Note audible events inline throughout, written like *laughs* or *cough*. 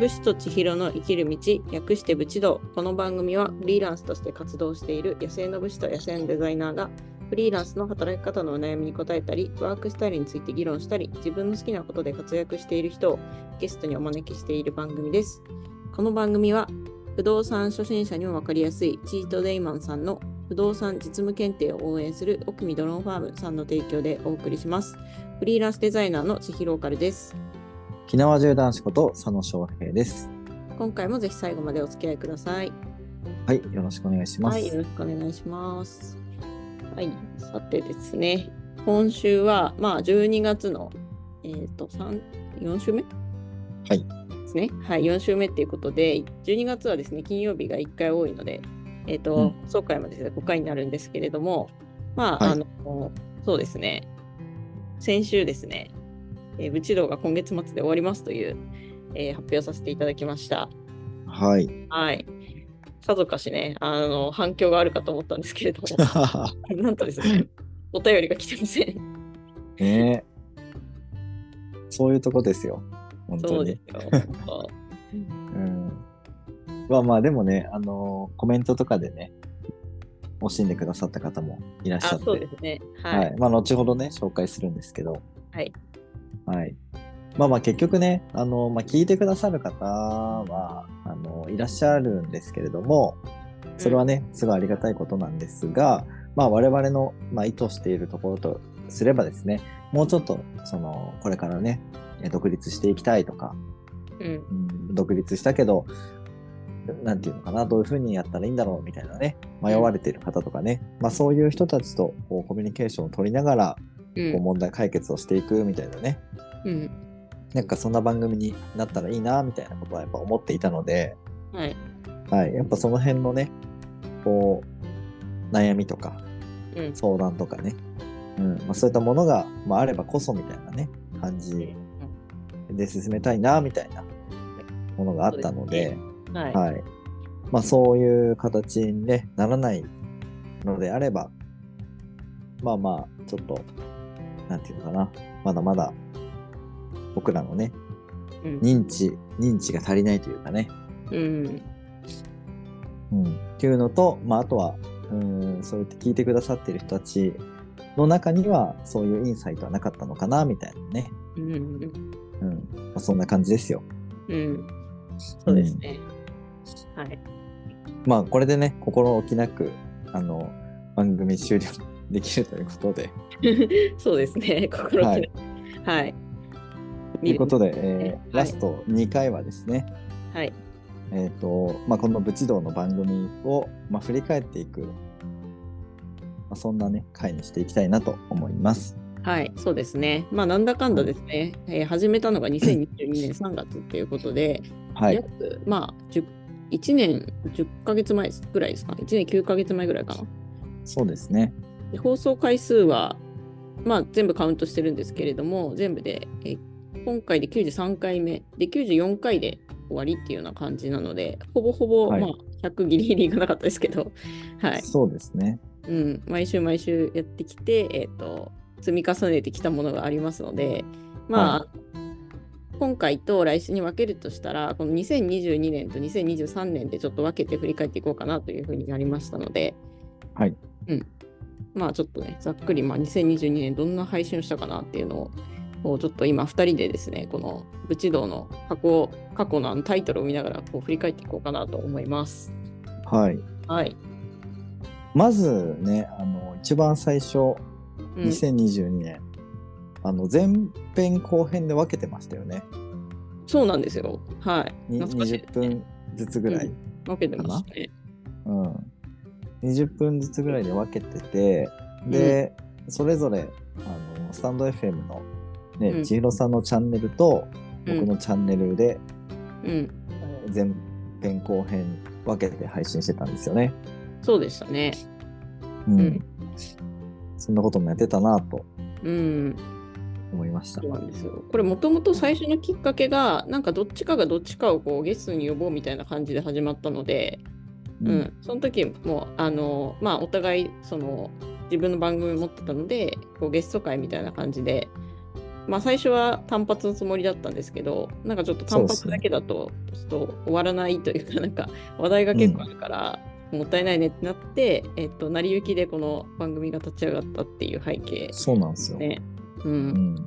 武士と千尋の生きる道略して武士道この番組はフリーランスとして活動している野生の武士と野生のデザイナーがフリーランスの働き方のお悩みに答えたりワークスタイルについて議論したり自分の好きなことで活躍している人をゲストにお招きしている番組ですこの番組は不動産初心者にも分かりやすいチートデイマンさんの不動産実務検定を応援する奥見ドローンファームさんの提供でお送りしますフリーランスデザイナーの千尋オカルです沖縄縦男子こと佐野翔平です。今回もぜひ最後までお付き合いください。はい、よろしくお願いします。はい、よろしくお願いします。はい、さてですね、今週は、まあ、12月の、えー、と三4週目いですね。はい、4週目っていうことで、12月はですね、金曜日が1回多いので、えっ、と、総会まで5回になるんですけれども、まあ、はいあの、そうですね、先週ですね、えー、ブチ道が今月末で終わりますという、えー発表させていただきました。はい。はい。さぞかしね、あの反響があるかと思ったんですけれ *laughs* ども、なんとですね、お便りが来てません。ねえ。そういうとこですよ。本そ当うでに。すよ。本 *laughs* 当うん。まあまあ、でもね、あのーコメントとかでね、惜しんでくださった方もいらっしゃあっ、て。そうですね。はい、はい。まあ、後ほどね、紹介するんですけど。はい。はい。まあまあ、結局ね、あの、まあ、聞いてくださる方は、あの、いらっしゃるんですけれども、それはね、すごいありがたいことなんですが、まあ、我々の、まあ、意図しているところとすればですね、もうちょっと、その、これからね、え独立していきたいとか、うん。うん独立したけど、なんていうのかな、どういうふうにやったらいいんだろうみたいなね、迷われている方とかね、まあ、そういう人たちとこうコミュニケーションを取りながら、う。こうん問題解決をしていくみたいなね、うん。なんかそんな番組になったらいいな、みたいなことはやっぱ思っていたので、はい。はい、やっぱその辺のね、こう、悩みとか、うん。相談とかね、うんまあ、そういったものが、まあ、あればこそみたいなね感じで進めたいなみたいなものがあったのではい。はいまあ、そういう形に、ね、ならないのであればまあまあちょっとなんていうのかなまだまだ僕らのねうん。認知認知が足りないというかね、うん。うん、っていうのと、まあ、あとはうんそうやって聞いてくださってる人たちの中にはそういうインサイトはなかったのかなみたいなね、うん。うんまあ、そんな感じですよ。うん。そうですね。はい。まあこれでね心置きなくあの番組終了できるということで。そうですね。 *laughs* 心は置いき、ない。はい。ということで、えーはいラスト2回はですね、はい。えーとまあ、この「ブチ道」の番組を、まあ、振り返っていく、まあ、そんなね回にしていきたいなと思います。はい、そうですね。まあ、なんだかんだですね、えー始めたのが2022年3月っていうことで、はい、約、まあ、10 1年10ヶ月前ぐらいですか、1年9ヶ月前ぐらいかな。そうですね。で放送回数は、まあ、全部カウントしてるんですけれども、全部で、えー今回で93回目、で94回で終わりっていうような感じなので、ほぼほぼ、はいまあ、100ギリギリいかなかったですけど、はい、そうですね。うん、毎週毎週やってきて、えー、と積み重ねてきたものがありますのでまあ、今回と来週に分けるとしたらこの2022年と2023年でちょっと分けて振り返っていこうかなというふうになりましたので、はいうん、まあちょっとねざっくり、まあ、2022年どんな配信をしたかなっていうのをこうちょっと今2人でですねこの「ブチ道」の過去過去のあのタイトルを見ながらこう振り返っていこうかなと思います。はい、はい、まずねあの一番最初うん2022年、あの前編後編で分けてましたよね。そうなんですよ。はい。に懐かしいで20すね分ずつぐらい、分けてましたね。うん20分ずつぐらいで分けててで、それぞれあのスタンド FM の、ねうん千尋さんのチャンネルと僕のチャンネルでうん、うん、前編後編分けて配信してたんですよね。そうでしたね。うんうんそんなこともやってたなとうん、思いましたそう。なんですよ。これもともと最初のきっかけが、なんかどっちかがどっちかをこうゲストに呼ぼうみたいな感じで始まったので、うん、うんその時もあのまあお互いその自分の番組持ってたので、こうゲスト会みたいな感じで。まあ、最初は単発のつもりだったんですけど、なんかちょっと単発だけだと、ちょっと終わらないというか、なんか話題が結構あるから、もったいないねってなって、えっと、成り行きでこの番組が立ち上がったっていう背景ですそうなんですよ。ね。う。うんん、だ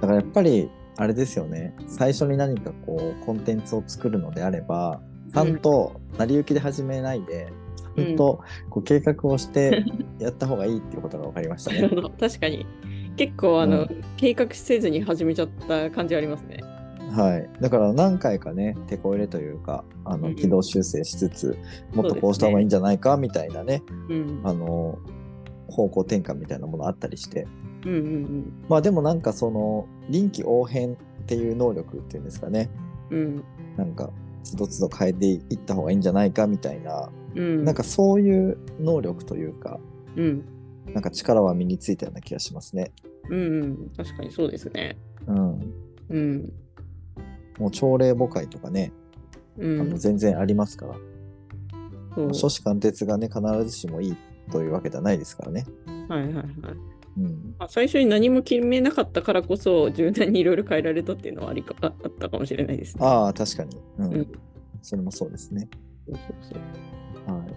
からやっぱりあれですよね最初に何かこうコンテンツを作るのであればちゃんと成り行きで始めないで、うんちゃんとこう計画 *laughs* をしてやった方がいいっていうことが分かりましたなるねほ。ど確かに。結構あの、う計画せずに始めちゃった感じありますね。はい、だから何回かね手こ入れというかあうんうのん軌道修正しつつ、もっそうですとねこうした方がいいんじゃないかみたいなねうん。あの方向転換みたいなものあったりしてうんうんまあでもなんかその臨機応変っていう能力っていうんですかねうん。うん。なんかつどつど変えていった方がいいんじゃないかみたいな、うん。なんかそういう能力というかうん。なんか力は身についたような気がしますね。うんうん。確かにそうですね。うん、うん。もう朝礼母会とかね、うあのん。全然ありますから、そう書士貫徹がね必ずしもいいというわけではないですからね。はいはいはい。うん、まあ、最初に何も決めなかったからこそ柔軟にいろいろ変えられたっていうのはありかああったかもしれないですね。ああ確かに、うんうんそれもそうですね。そうそうはい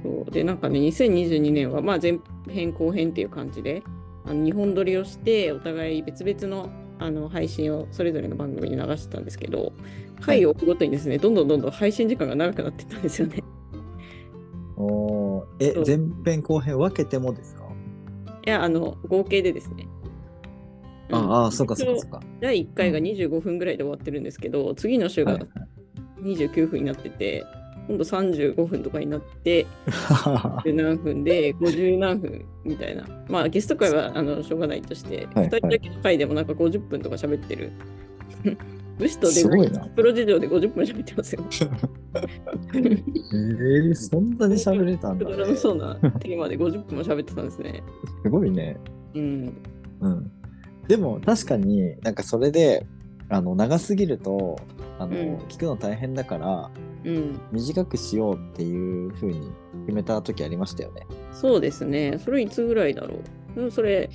そうそうでなんかね2022年はまあ前編後編っていう感じであの2本撮りをしてお互い別々のあの配信をそれぞれの番組に流してたんですけど回を追うごとにですねどんどんどんどん配信時間が長くなっていったんですよね。おーえそう前編後編分けてもですか、いやあの合計でですね。うんああそうかそうかそうか。第1回が25分ぐらいで終わってるんですけど、次の週はが29分になってて、今度35分とかになって、い10何分で50何分みたいな。まあゲスト会はあのしょうがないとして、はい2人だけの回でもなんか50分とか喋ってる。 *laughs* 武士とデすブごリいな。プロ事情で50分喋って *laughs* ますよ。えー、そんなに喋れたんくだ、だねら。なそうなテーマで50分も喋ってたんですね。すごいね。うん。うん。でも確かになんかそれであの長すぎるとあの、うん聞くの大変だからうん。短くしようっていう風に決めた時ありましたよね。そうですね。それいつぐらいだろう。うん、それ、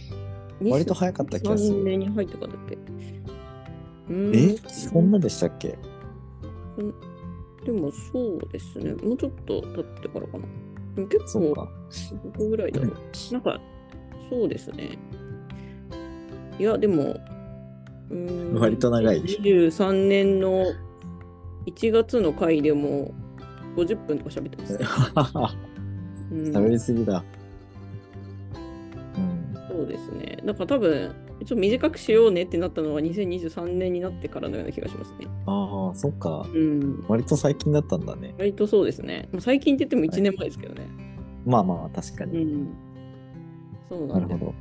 割と早かった気がする3年に入ってからだっけ。うんえそんなでしたっけでもそうですね。もうちょっと経ってからかな。でも結そう構、か。どこぐらいだろう。なんか、そうですね。いや、でも、うーん割と長い23年の1月の回でも50分とか喋ってます *laughs* ね。うん *laughs* 喋りすぎだ。うん。そうですね。だから多分、ちょっと短くしようねってなったのは2023年になってからのような気がしますね。ああ、そっか。うん。割と最近だったんだね。割とそうですね。もう最近って言っても1年前ですけどね。まあまあ確かに。うん。そうなんですなるほど。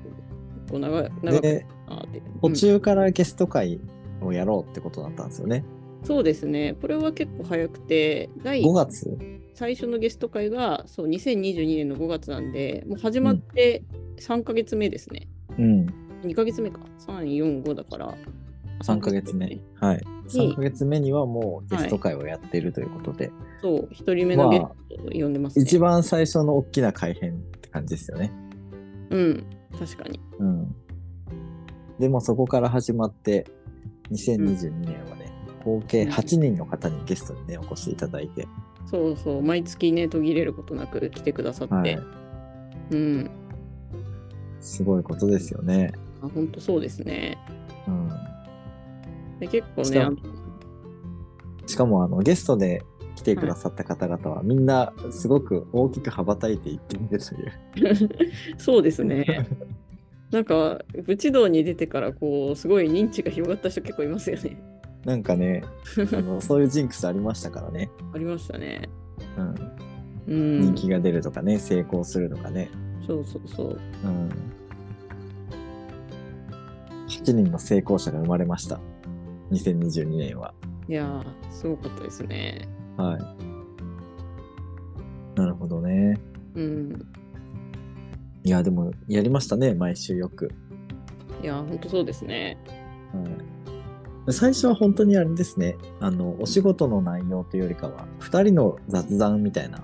結構長い長くなっでたなって。途中からゲスト会をやろうってことだったんですよね。うんそうですね。これは結構早くて、第5月最初のゲスト会がそう2022年の5月なんで、もう始まって3ヶ月目ですね。うん。 2ヶ月目か。3、4、5だから。 3ヶ月目。はい。3ヶ月目にはもうゲスト会をやってるということで、そう、1人目のまゲあストを呼んでますね。一番最初の大きな改変って感じですよね。うん、確かに。うん。でもそこから始まって、2022年はね、合計うん8人の方にゲストにね、お越しいただいて、そうそう、毎月ね、途切れることなく来てくださって、はい。うん、すごいことですよね。あ本当そうですね。うん。で結構しね、かあものしかも、あの、ゲストで来てくださった方々は、みんなすごく大きく羽ばたいていっているという。そうです *laughs* ね。なんか、仏道に出てから、こう、すごい認知が広がった人結構いますよね。なんかね、*laughs* あのそういうジンクスありましたからね。ありましたね。うん。う人ん。気が出るとかね、成功するとかね。そうそうそう。うん。8人の成功者が生まれました。2022年は。いやー、すごかったですね。はい。なるほどね。うん。いや、でも、やりましたね、毎週よく。いやー、本当そうですね。はい、最初は本当にあれですね、あの、お仕事の内容というよりかは、2人の雑談みたいな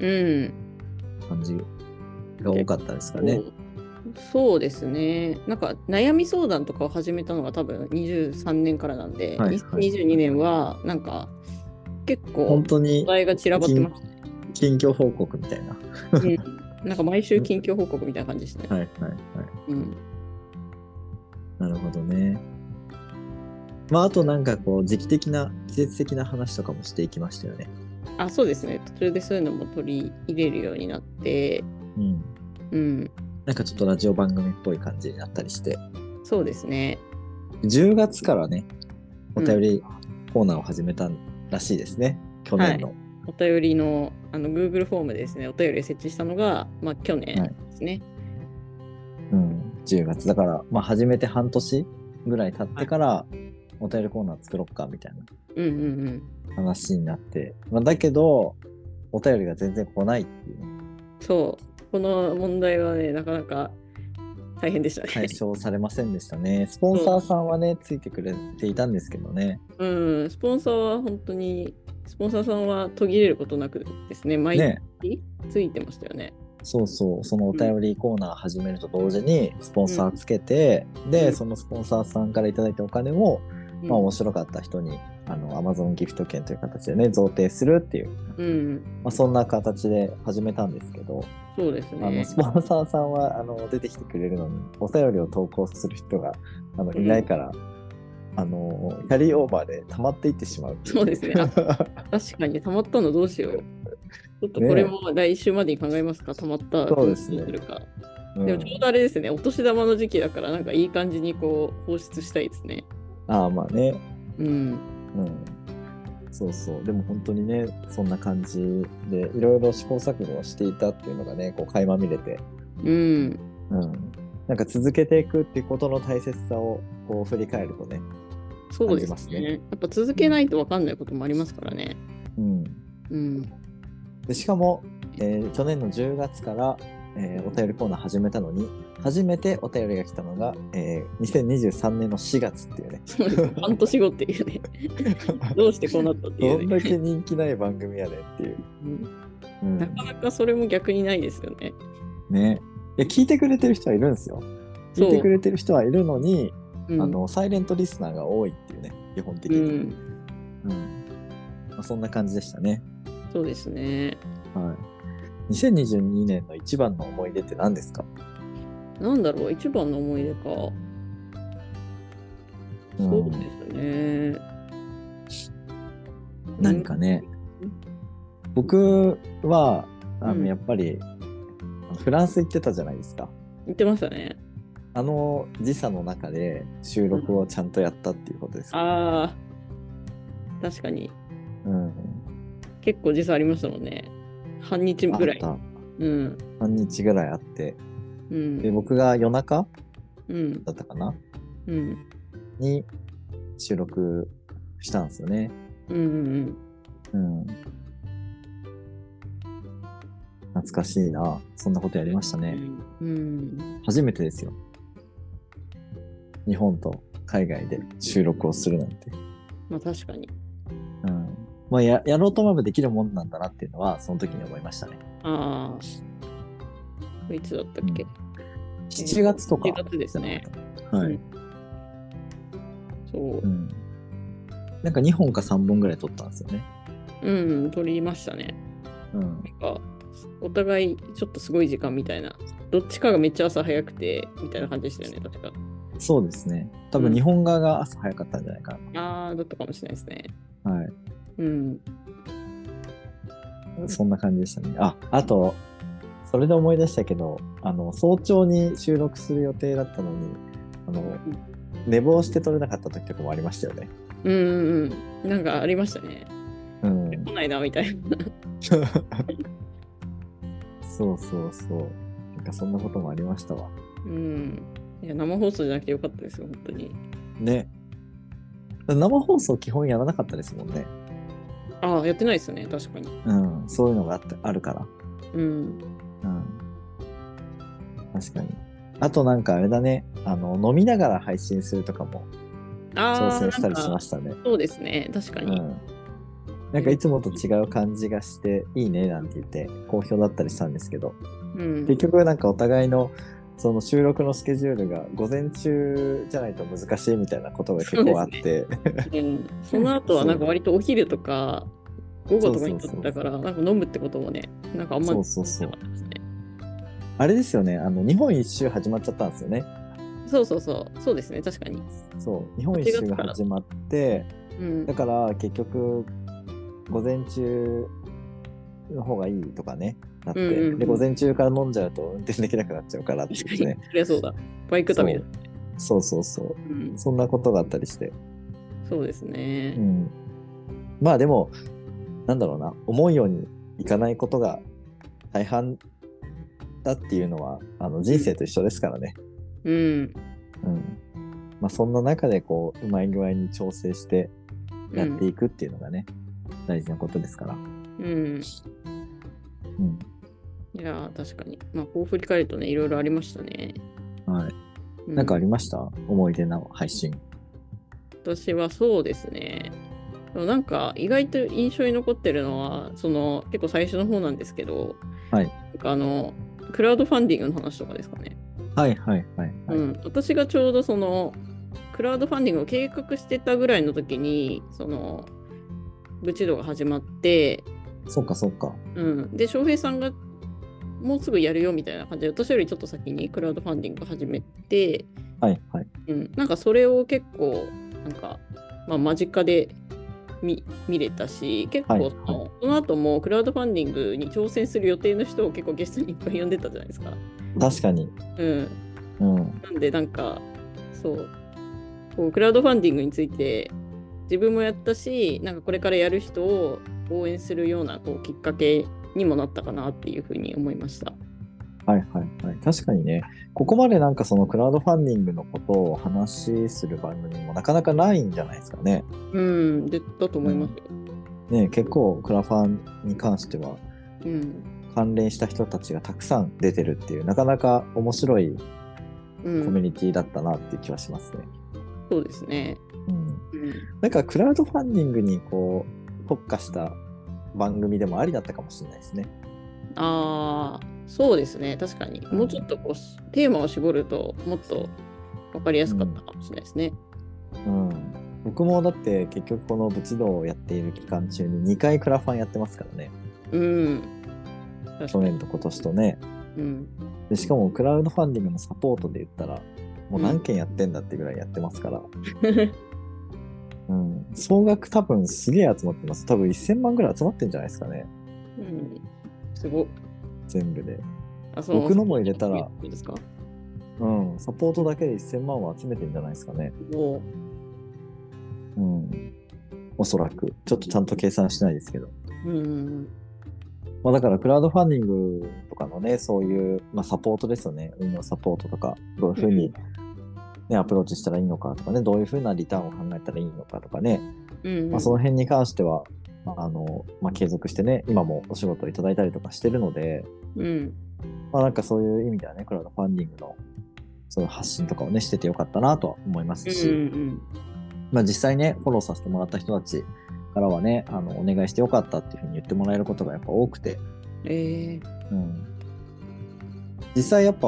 うん。感じが多かったですかね。こうそうですね。なんか悩み相談とかを始めたのが多分23年からなんで、はいはい22年はなんか結構本当に話題が散らばってましたね。近況報告みたいな。はうんなんか毎週近況報告みたいな感じですね。いはいはい。うん、なるほどね。まああとなんかこう時期的な季節的な話とかもしていきましたよね。あそうですね。途中でそういうのも取り入れるようになって、うん。うん、なんかちょっとラジオ番組っぽい感じになったりして。そうですね。 10月からね、お便りコーナーを始めたらしいですね。去年の。お便りのあの Google フォームでですね、お便りを設置したのが、まあ、去年ですね。うん、10月だから、まあ、初めて半年ぐらい経ってからお便りコーナー作ろっかみたいうんうんうん。な話になって、まあ、だけどお便りが全然来ないって *laughs* いうそう。この問題はね、なかなか大変でしたね。解消されませんでしたねスポンサーさんはねついてくれていたんですけどね *laughs* うん、スポンサーは本当に、スポンサーさんは途切れることなくですね、毎ね日ついてましたよね。そうそうそのお便りコーナー始めると同時にスポンサーつけて、うでんそのスポンサーさんから頂いいたお金を、うんまあ、面白かった人にあの Amazon ギフト券という形でね贈呈するっていう、うん、まあ、そんな形で始めたんですけど、そうですあのねス。ポンサーさんはあの出てきてくれるのにお便りを投稿する人があのうんいないから、あのキャリーオーバーで溜まっていってしまうっていそうですね確かに、たまったのどうしよう。 *laughs* ちょっとねえこれも来週までに考えますか、たまったそうですねどるか。 *laughs* うんでもちょうどあれですね、お年玉の時期だから、なんかいい感じにこう放出したいですね。ああまあね、うん、うん、そうそうでも本当にねそんな感じでいろいろ試行錯誤をしていたっていうのがねこう垣間見れて、うん、うん、なんか続けていくっていうことの大切さをこう振り返るとね、そうです感じますね。ねやっぱ続けないと分かんないこともありますからね。うん、うん、でしかも、えー去年の10月から、えーお便りコーナー始めたのに初めてお便りが来たのが、えー2023年の4月っていうねそうです。半年後っていうね。どうしてこうなったっていどうんねだ。け人気ない番組やねっていう、うん *laughs* うんなかなかそれも逆にないですよね。ねいや聞いてくれてる人はいるんですよ聞いてくれてる人はいるのに、うんあのサイレントリスナーが多いっていうね基本的うに、ん、うんまあ、そんな感じでしたね、そうですね。はい、2022年の一番の思い出って何ですか、なんだろう、一番の思い出か。うんそうですね。何かねうん僕はあうんのやっぱり、フランス行ってたじゃないですか言ってましたね。あの時差の中で収録をちゃんとやったっていうことです、ああ、確かに。うん、結構時差ありましたもんね。半日あっぐらい。たうん。半日ぐらいあってうでん。僕が夜中うん。だったかなうん。に収録したんですよねうん。うん。うん懐かしいなそんなことやりましたねうん。初めてですよ日本と海外で収録をするなんてまあ確かに。うんまあ、ややろうと思えばできるもんなんだなっていうのはその時に思いましたね。ああ。いつだったっけ、うん7月とか。 7月ですね。はうい。そうう。ん。なんか2本か3本ぐらい撮ったんですよね。うん、取りましたね。うん。なんか、お互いちょっとすごい時間みたいな。どっちかがめっちゃ朝早くて、みたいな感じでしたよね、確か。そうですね。多分うん日本側が朝早かったんじゃないかあー、だったかもしれないですね。な。はい。うん。そんな感じでしたね。あ、あと、それで思い出したけど、あの、早朝に収録する予定だったのに、あの、寝坊して撮れなかった時とかもありましたよね。うんうんうん。なんかありましたね。うん。 *laughs* 来ないな、みたいな。そうそうそう。なんかそんなこともありましたわ。うん。いや、生放送じゃなくてよかったですよ、本当に。ね。生放送基本やらなかったですもんね。あー、やってないですよね、確かに。うん。そういうのがあってあるから。うん。うん。確かに。あとなんかあれだね。あの、飲みながら配信するとかもあー、挑戦したりしなんまかしたね。そうですね、確かうに。ん。なんかいつもと違う感じがしていいねなんて言って好評だったりしたんですけどうん。結局なんかお互いのその収録のスケジュールが午前中じゃないと難しいみたいなことが結構あって、うん、その後はなんか割とお昼とか午後とかに撮ってたからなんか飲むってこともねなんかあんまそうそうそうなかったですねあれですよねあの日本一周始まっちゃったんですよねそうそうそうそうですね確かに、そう日本一周が始まってうんだ、から結局午前中の方がいいとかねなって、うんうんうんで午前中から飲んじゃうと運転できなくなっちゃうからっていう確こかとにねそりゃそうだバイク旅だそうそうそうそううん、そんなことがあったりしてそうですねう、ん、まあでもなんだろうな思うようにいかないことが大半だっていうのはあの人生と一緒ですからね、うんうんまあ、そんな中でこううまい具合に調整してうんやっていくっていうのがね、大事なことですから、うん、うんいやー確かにまあこう振り返るとねいろいろありましたね、はい、うなんかありました思い出の配信私はそうですねでもなんか意外と印象に残ってるのはその結構最初の方なんですけど、はいなんかあのクラウドファンディングの話とかですかね、はいはいはいはい、うん、私がちょうどそのクラウドファンディングを計画してたぐらいの時にそのブチドが始まって、そっかそっかうん、で翔平さんがもうすぐやるよみたいな感じで私よりちょっと先にクラウドファンディング始めて、はいはいうん、なんかそれを結構なんか、まあ、間近で見見れたし結はいは構いその,、その後もクラウドファンディングに挑戦する予定の人を結構ゲストにいっぱい呼んでたじゃないですか。確かにうん、うんなんでなんかそうこうクラウドファンディングについて自分もやったしなんかこれからやる人を応援するようなこうきっかけにもなったかなっていうふうに思いました。はいはいはい。確かにね、ここまでなんかそのクラウドファンディングのことを話しする番組もなかなかないんじゃないですかね。うん、でだと思いますよ。ね結構クラファンに関してはうん関連した人たちがたくさん出てるっていう、なかなか面白いうんコミュニティだったなっていう気はしますね。そうですね。うん。うんなんかクラウドファンディングにこう、特化した番組でもありだったかもしれないですね。ああ、そうですね、確かに。んもうちょっとこうテーマを絞ると、もっと分かりやすかったかもしれないですね。うん。僕もだって結局この仏道をやっている期間中に2回クラファンやってますからね。うん。確か去に。年と今年とね。うん、 *laughs* でしかもクラウドファンディングのサポートで言ったらもう何件やってんだってぐらいやってますから、うん総額多分すげえ集まってます多分1000万ぐらい集まってんじゃないですかねうん。すごっ全部であそ僕のも入れたらどうですかうんサポートだけで1000万は集めてんじゃないですかねもうんおそらくちょっとちゃんと計算しないですけど、う、うん。まあ、だからクラウドファンディングとかのねそういう、まあ、サポートですよね運用サポートとかどういうふうに、ね、アプローチしたらいいのかとかねどういうふうなリターンを考えたらいいのかとかねうん、まあ、その辺に関しては、あのまあ、継続してね、今もお仕事をいただいたりとかしてるので、うん。まあ、なんかそういう意味ではね、クラウドファンディングのその発信とかをね、しててよかったなとは思いますし、うんうんまあ、実際ね、フォローさせてもらった人たちからはね、あのお願いしてよかったっていうふうに言ってもらえることがやっぱ多くて、えーうん、実際やっぱ、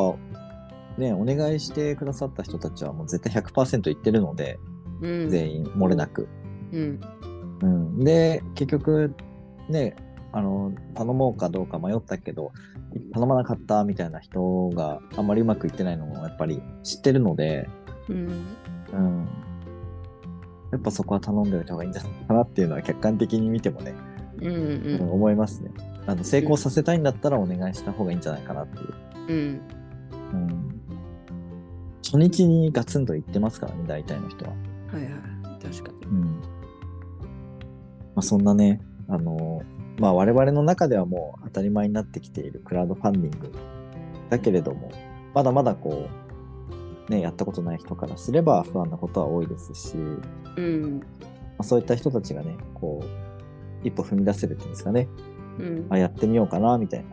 ね、お願いしてくださった人たちはもう絶対100%言ってるので、うん、全員漏れなく。うん、うん、で結局ねあの頼もうかどうか迷ったけど頼まなかったみたいな人があんまりうまくいってないのもやっぱり知ってるので、うん、うん、やっぱそこは頼んでおいた方がいいんじゃないかなっていうのは客観的に見てもね、うん、ううんん、思いますねあの成功させたいんだったらお願いした方がいいんじゃないかなっていう、うん、うん、初日にガツンと言ってますからね大体の人は。はいはい、確かに。うんまあ、そんなね、あのまあ、我々の中ではもう当たり前になってきているクラウドファンディングだけれどもまだまだこう、ね、やったことない人からすれば不安なことは多いですし、まうん、あ、そういった人たちがねこう一歩踏み出せるっていうんですかねうん、あやってみようかなみたい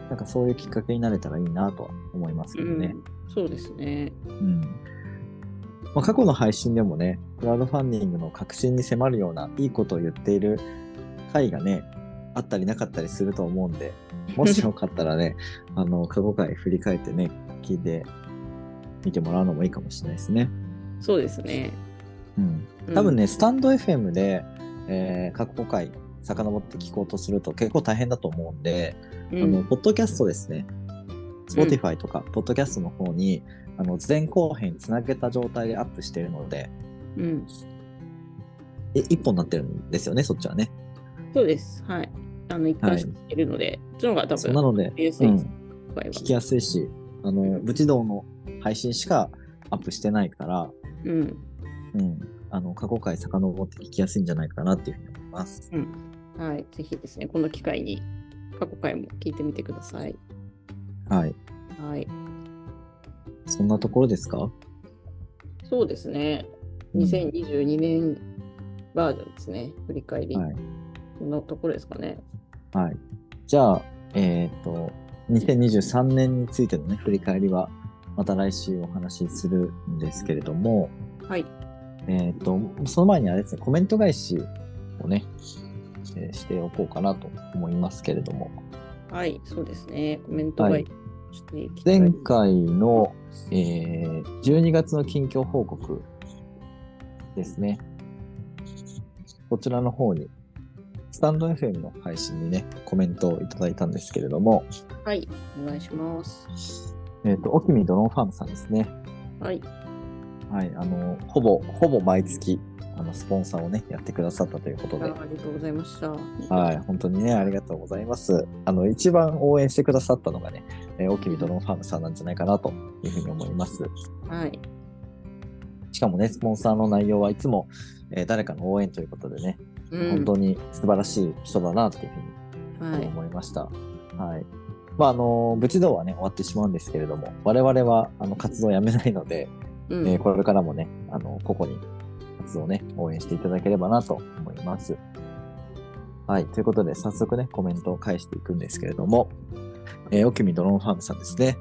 な。なんかそういうきっかけになれたらいいなとは思いますけうどね。ん、そうですね。うんまあ、過去の配信でもね、クラウドファンディングの革新に迫るようないいことを言っている回がね、あったりなかったりすると思うんで、もしよかったらね、あの、過去回振り返ってね、聞いて見てもらうのもいいかもしれないですね。そうですね。うん、うん多分ね、スタンド FM で、えー過去回遡って聞こうとすると結構大変だと思うんで、うんあのポッドキャストですね Spotify とか、ポッドキャストの方にあの前後編つなげた状態でアップしているのでうん、え一本になってるんですよねそっちはね。そうです。はい。あの、一は貫いしているので、こっちの方が多そうな分、ので、見やすういんです、今回は聞きやすいしあの武士道の配信しかアップしてないから、うん。うん、あの過去回遡って聞きやすいんじゃないかなっていうふうに思います。はい。ぜひですね、この機会に過去回も聞いてみてください。はい、はい。そんなところですか、そうですね。うん2022年バージョンですね。振り返りはいのところですかね。はい。じゃあ、えっ、と、2023年についてのね、振り返りは、また来週お話しするんですけれども、はい。えっ、と、その前にあれですね、コメント返しをね、えーしておこうかなと思いますけれども、はい。そうですね。コメントはがいしていきたい。前回の、えー12月の近況報告ですね、こちらの方に、スタンド FM の配信にね、コメントをいただいたんですけれども、はい。お願いします。えっ、と、おきみドローンファームさんですね。はい。はい、あの、ほぼ、ほぼ毎月、あの、スポンサーをね、やってくださったということあで、ありがとうございました。はい、本当にね、ありがとうございます。あの、一番応援してくださったのがね、えー、おきびドローンファームさんなんじゃないかなというふうに思います。はい。しかもね、スポンサーの内容はいつも、えー誰かの応援ということでね、うん本当に素晴らしい人だなっていうふうにはい。思いました。はい。まあ、あの、仏道はね、終わってしまうんですけれども、我々は、あの、活動をやめないので、うんえーこれからもね、あの、個々に活動をね、応援していただければなと思います。はい。ということで、早速ね、コメントを返していくんですけれども、えー、おきみドローンファームさんですね。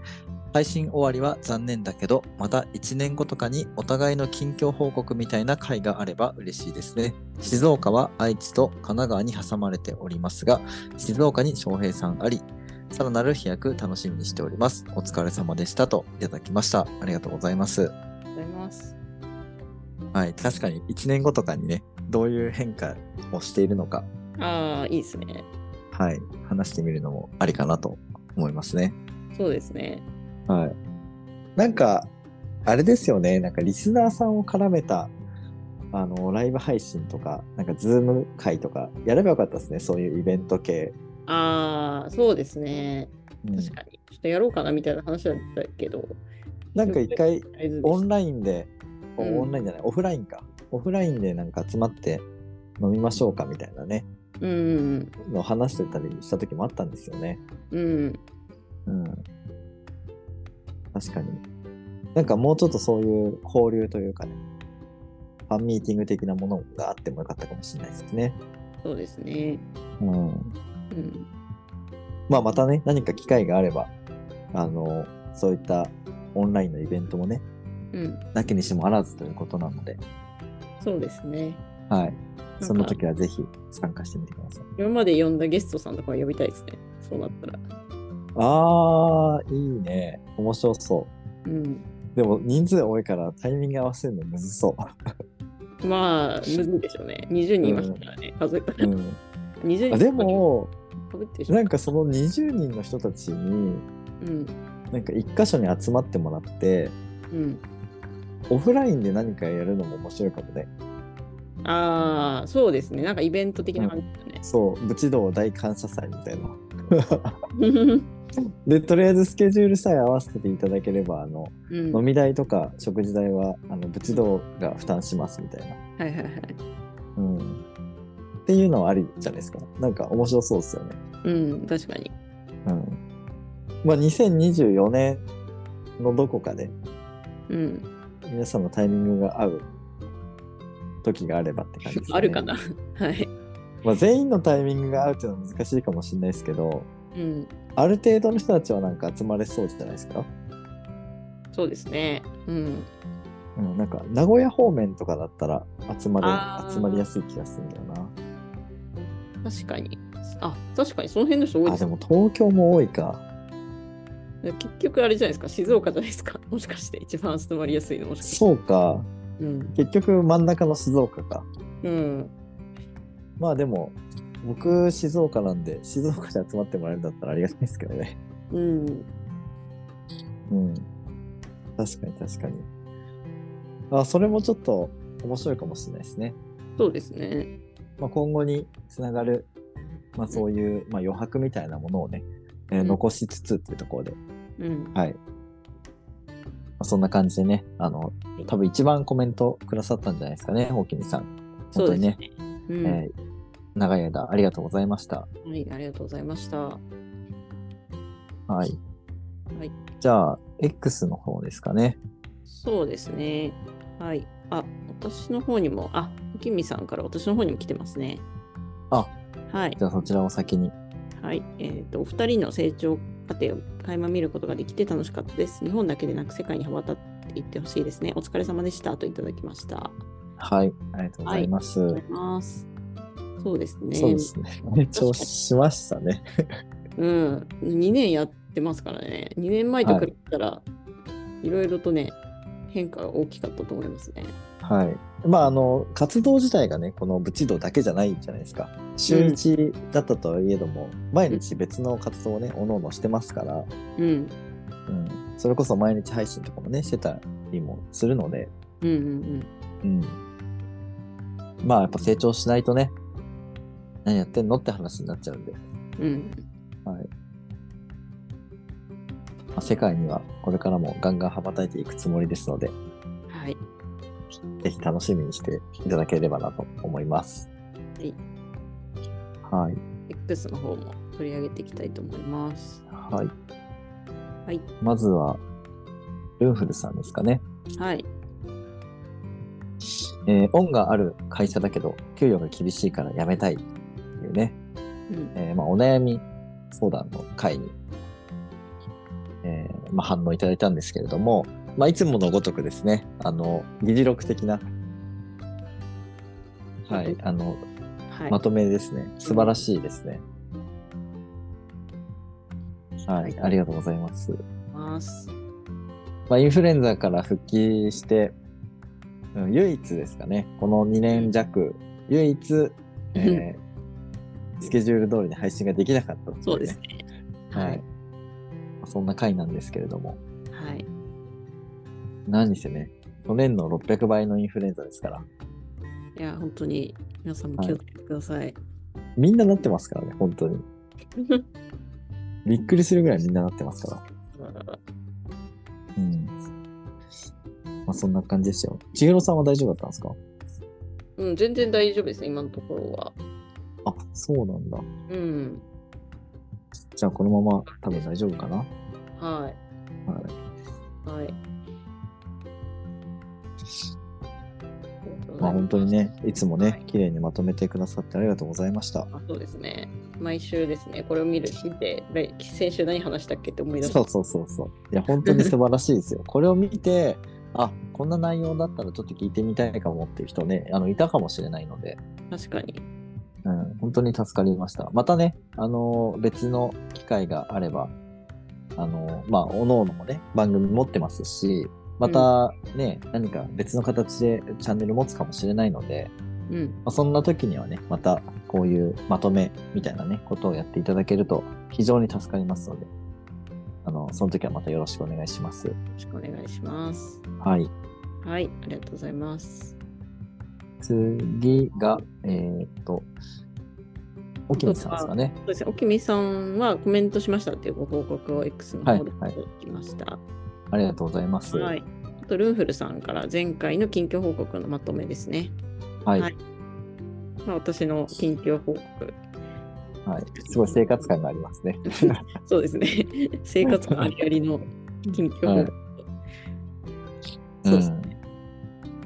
配信終わりは残念だけど、また1年後とかにお互いの近況報告みたいな回があれば嬉しいですね。静岡は愛知と神奈川に挟まれておりますが、静岡に翔平さんあり、さらなる飛躍楽しみにしております。お疲れ様でしたといただきました。ありがとうございまあす。りがとうございます。はい、確かに1年後とかにね、どういう変化をしているのか、ああ、いいですね。はい、話してみるのもありかなと思いますね。そうですね。はい。なんか、あれですよね、なんかリスナーさんを絡めた、あの、ライブ配信とか、なんかズーム会とか、やればよかったですね、そういうイベント系。ああ、そうですね。うん確かに。ちょっとやろうかなみたいな話だったけど、なんか一回、とりあえずでオンしラインで、おうんオンラインじゃない、オフラインか。オフラインでなんか集まって飲みましょうかみたいなね、たうんうんのを話してたりした時もあったんですよね。うん。うん。うん。確かに。なんかもうちょっとそういう交流というかね、ファンミーティング的なものがあってもよかったかもしれないですね。そうですね。うん。うん。まあまたね、何か機会があれば、あの、そういったオンラインのイベントもね、うん。なきにしもあらずということなので、そうですね。はい。かその時はぜひ参加してみてください。今まで呼んだゲストさんとかを呼びたいですね。そうなったら。あー、いいね。面白そうん。う。でも人数多いからタイミング合わせるのむずそう。まあ、むずいでしょうね。20人いましたからね、数えたら。うん。 20人あで、も、かぶってるしなんかその20人の人たちにうん。なんか一箇所に集まってもらってうん。オフラインで何かやるのも面白いかもねああ、そうですね。なんかイベント的な感じだね。そう武士道大感謝祭みたいなでとりあえずスケジュールさえ合わせていただければあの、うん。飲はいみ代とか食事代はあの武士道が負担しますみたいな、はいはい。うん、っていうのはありじゃないですかなんか面白そうですよねうん、確かに。うんまあ2024年のどこかでうん。皆さんのタイミングが合う時があればって感じです、ね、あるかな。 *laughs* はい。まあ、全員のタイミングが合うっていうのは難しいかもしれないですけどうん。ある程度の人たちはなんか集まれそうじゃないですか、そうですね。うん。うん、なんか名古屋方面とかだったら集まあれー集まりやすい気がするんだよな確かに。あ、確かにその辺の人多いあですでね。も東京も多いか結局あれじゃないですか、静岡じゃないですか。もしかして一番集まりやすいのもしかして。そうか。うん。結局真ん中の静岡か。うん。まあでも、僕、静岡なんで、静岡で集まってもらえるんだったらありがたいですけどね。うん。うん。確かに確かに。あ、それもちょっと面白いかもしれないですね。そうですね。まあ、今後につながる、まあ、そういう、まあ、余白みたいなものをね、えーうん残しつつっていうところで、うん。はい。まあ、そんな感じでね、あの、多分一番コメントくださったんじゃないですかね、ほうきにさん。そう本当でにすねね。、うんえー長い間ありがとうございました。はい。ありがとうございました。はい。はいじゃあ、X の方ですかね。そうですね。はい。あ、私の方にも、あ、きみさんから私の方にも来てますね。あ、はい。じゃあ、そちらを先に。はい、えっ、とお二人の成長過程を垣間見ることができて楽しかったです。日本だけでなく世界に羽ばたっていってほしいですね。お疲れ様でしたといただきました。はい。ありがとうございます。ありがとうございます。そうですね。そうですね。 *laughs* 成長しましたね。うん、2年やってますからね。2年前と比べたら、い、ろいろとね変化が大きかったと思いますね。はい。まあ、あの、活動自体がね、このブチドだけじゃないじゃないですか。週一だったとはいえども、毎日別の活動をね、おのおのしてますから、うん、うん。それこそ毎日配信とかもね、してたりもするので、うん、うん、うん。まあ、やっぱ成長しないとね、何やってんのって話になっちゃうんで、うん、うん。まあ世界にはこれからもガンガン羽ばたいていくつもりですので、はい、ぜひ楽しみにしていただければなと思います。はい。はい。 X の方も取り上げていきたいと思います。はい。はい、まずは、ルンフルさんですかね。はい、えー恩がある会社だけど、給与が厳しいから辞めたいっていうね、うん、えーまあ、お悩み相談の会に、えーまあ、反応いただいたんですけれども、まあ、いつものごとくですね、あの、議事録的な、ははいい、あの、はいま、とめですね。素晴らしいですね。ははいい、ありがとうございます。ます。まあ、インフルエンザから復帰して、うん唯一ですかね、この2年弱、唯一、え *laughs* ースケジュール通りに配信ができなかったっていねそうです。ね。はい。。そんな回なんですけれども、はい。何せね、去年の600倍のインフルエンザですから、いや、本当に皆さんも気をつけてくだ *laughs* さい。みんななってますからね、本当に。びっくりするぐらいみんななってますから。うん。まあそんな感じですよ。ちぐろさんは大丈夫だったんですかうん、全然大丈夫ですね、今のところは。あ、そうなんだ。うん。じゃあこのまま多分大丈夫かな。は。はいい。はい。ありがとうございままあす本当にね、いつもね、綺麗にまとめてくださってありがとうございました。あそうですね。毎週ですね、これを見る日で、来先週何話したっけって思い出しそたう。そうそうそう。いや、本当に素晴らしいですよ。これを見て、あ、こんな内容だったらちょっと聞いてみたいかもっていう人ね、あの、いたかもしれないので、確かに。うん、本当に助かりました。またね、あの、別の機会があれば、あの、まあ、おのおのもね、番組持ってますし、またね、何か別の形でチャンネル持つかもしれないので、うん。まあ、そんな時にはね、またこういうまとめみたいなね、ことをやっていただけると非常に助かりますので、あの、その時はまたよろしくお願いします。よろしくお願いします。はい。はい。ありがとうございます。次が、えーっと、おきみさんですかね。そうですね、おきみさんはコメントしましたっていうご報告を X の方でいただきました。ありがとうございます。はい。あと、ルンフルさんから前回の近況報告のまとめですね。はいはいまあ、私の近況報告。はい、すごい生活感がありますね。 *laughs* そうですね。生活のありありの近況報はい告。そうです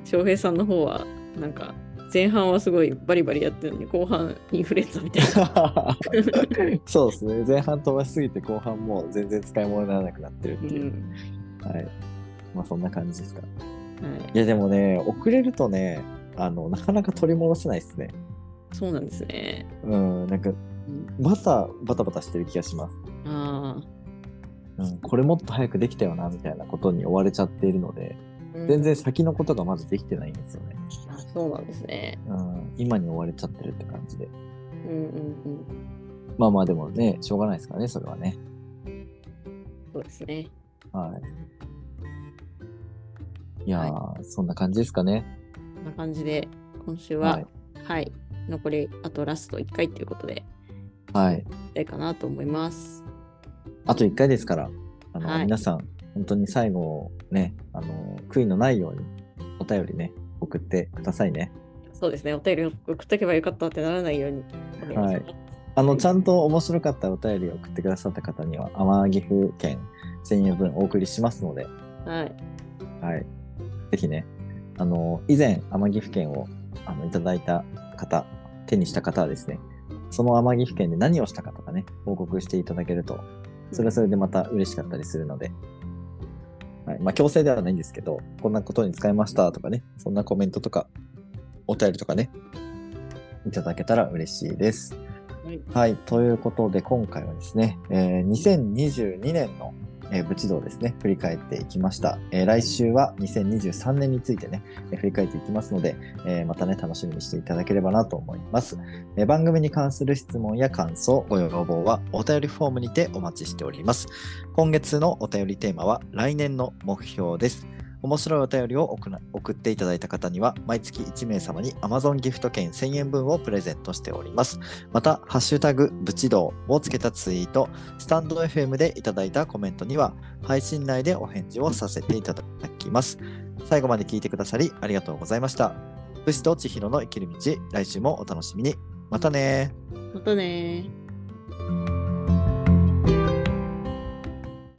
翔平さんの方は、なんか、前半はすごいバリバリやってるのに、後半インフルエンザみたいな。 *laughs* うん *laughs* そうですね。前半飛ばしすぎて後半もう全然使い物にならなくなってるっうていう。んはい。まあそんな感じですか。いはい、やでもね、遅れるとね、あの、なかなか取り戻せないですね。そうなんですね。うん、なんうかんまたバタバタしてる気がします。ああ、うん、これもっと早くできたよなみたいなことに追われちゃっているので全然先のことがまずできてないんですよね、あそうなんですね。うん、今に追われちゃってるって感じでうんうんまあまあでもねしょうがないですからねそれはねうん。そうですね。はいいやー、はそんな感じですかねこんな感じで、今週は、ははいい、残りあとラスト1回ということで、はいいいかなと思います。あと1回ですからあの、はい皆さん本当に最後ねあの悔いのないようにお便りね送ってくださいねそうですね、お便りを送っとけばよかったってならないようにお願いします。あの、ちゃんと面白かったお便りを送ってくださった方には、天岐阜県1000円分お送りしますので、はい。はい。ぜひね、あの、以前、天岐阜県をあのいただいた方、手にした方はですね、その天岐阜県で何をしたかとかね、報告していただけると、それはそれでまた嬉しかったりするので、はい。まあ、強制ではないんですけど、こんなことに使いましたとかね、そんなコメントとか、お便りとかね、いただけたら嬉しいです。はいはい、ということで今回はですね、えー2022年の、えー、仏道ですね振り返っていきました、えー来週は2023年についてね、えー振り返っていきますので、えーまたね楽しみにしていただければなと思います、えー番組に関する質問や感想ご要望はお便りフォームにてお待ちしております今月のお便りテーマは来年の目標です面白いお便りを送な送っていただいた方には毎月1名様に Amazon ギフト券1000円分をプレゼントしておりますまた、ハッシュタグ、ブチ道をつけたツイート、スタンド FM でいただいたコメントには、配信内でお返事をさせていただきます。最後まで聞いてくださり、ありがとうございました。武士と千尋の生きる道、来週もお楽しみに。またねー。またねー。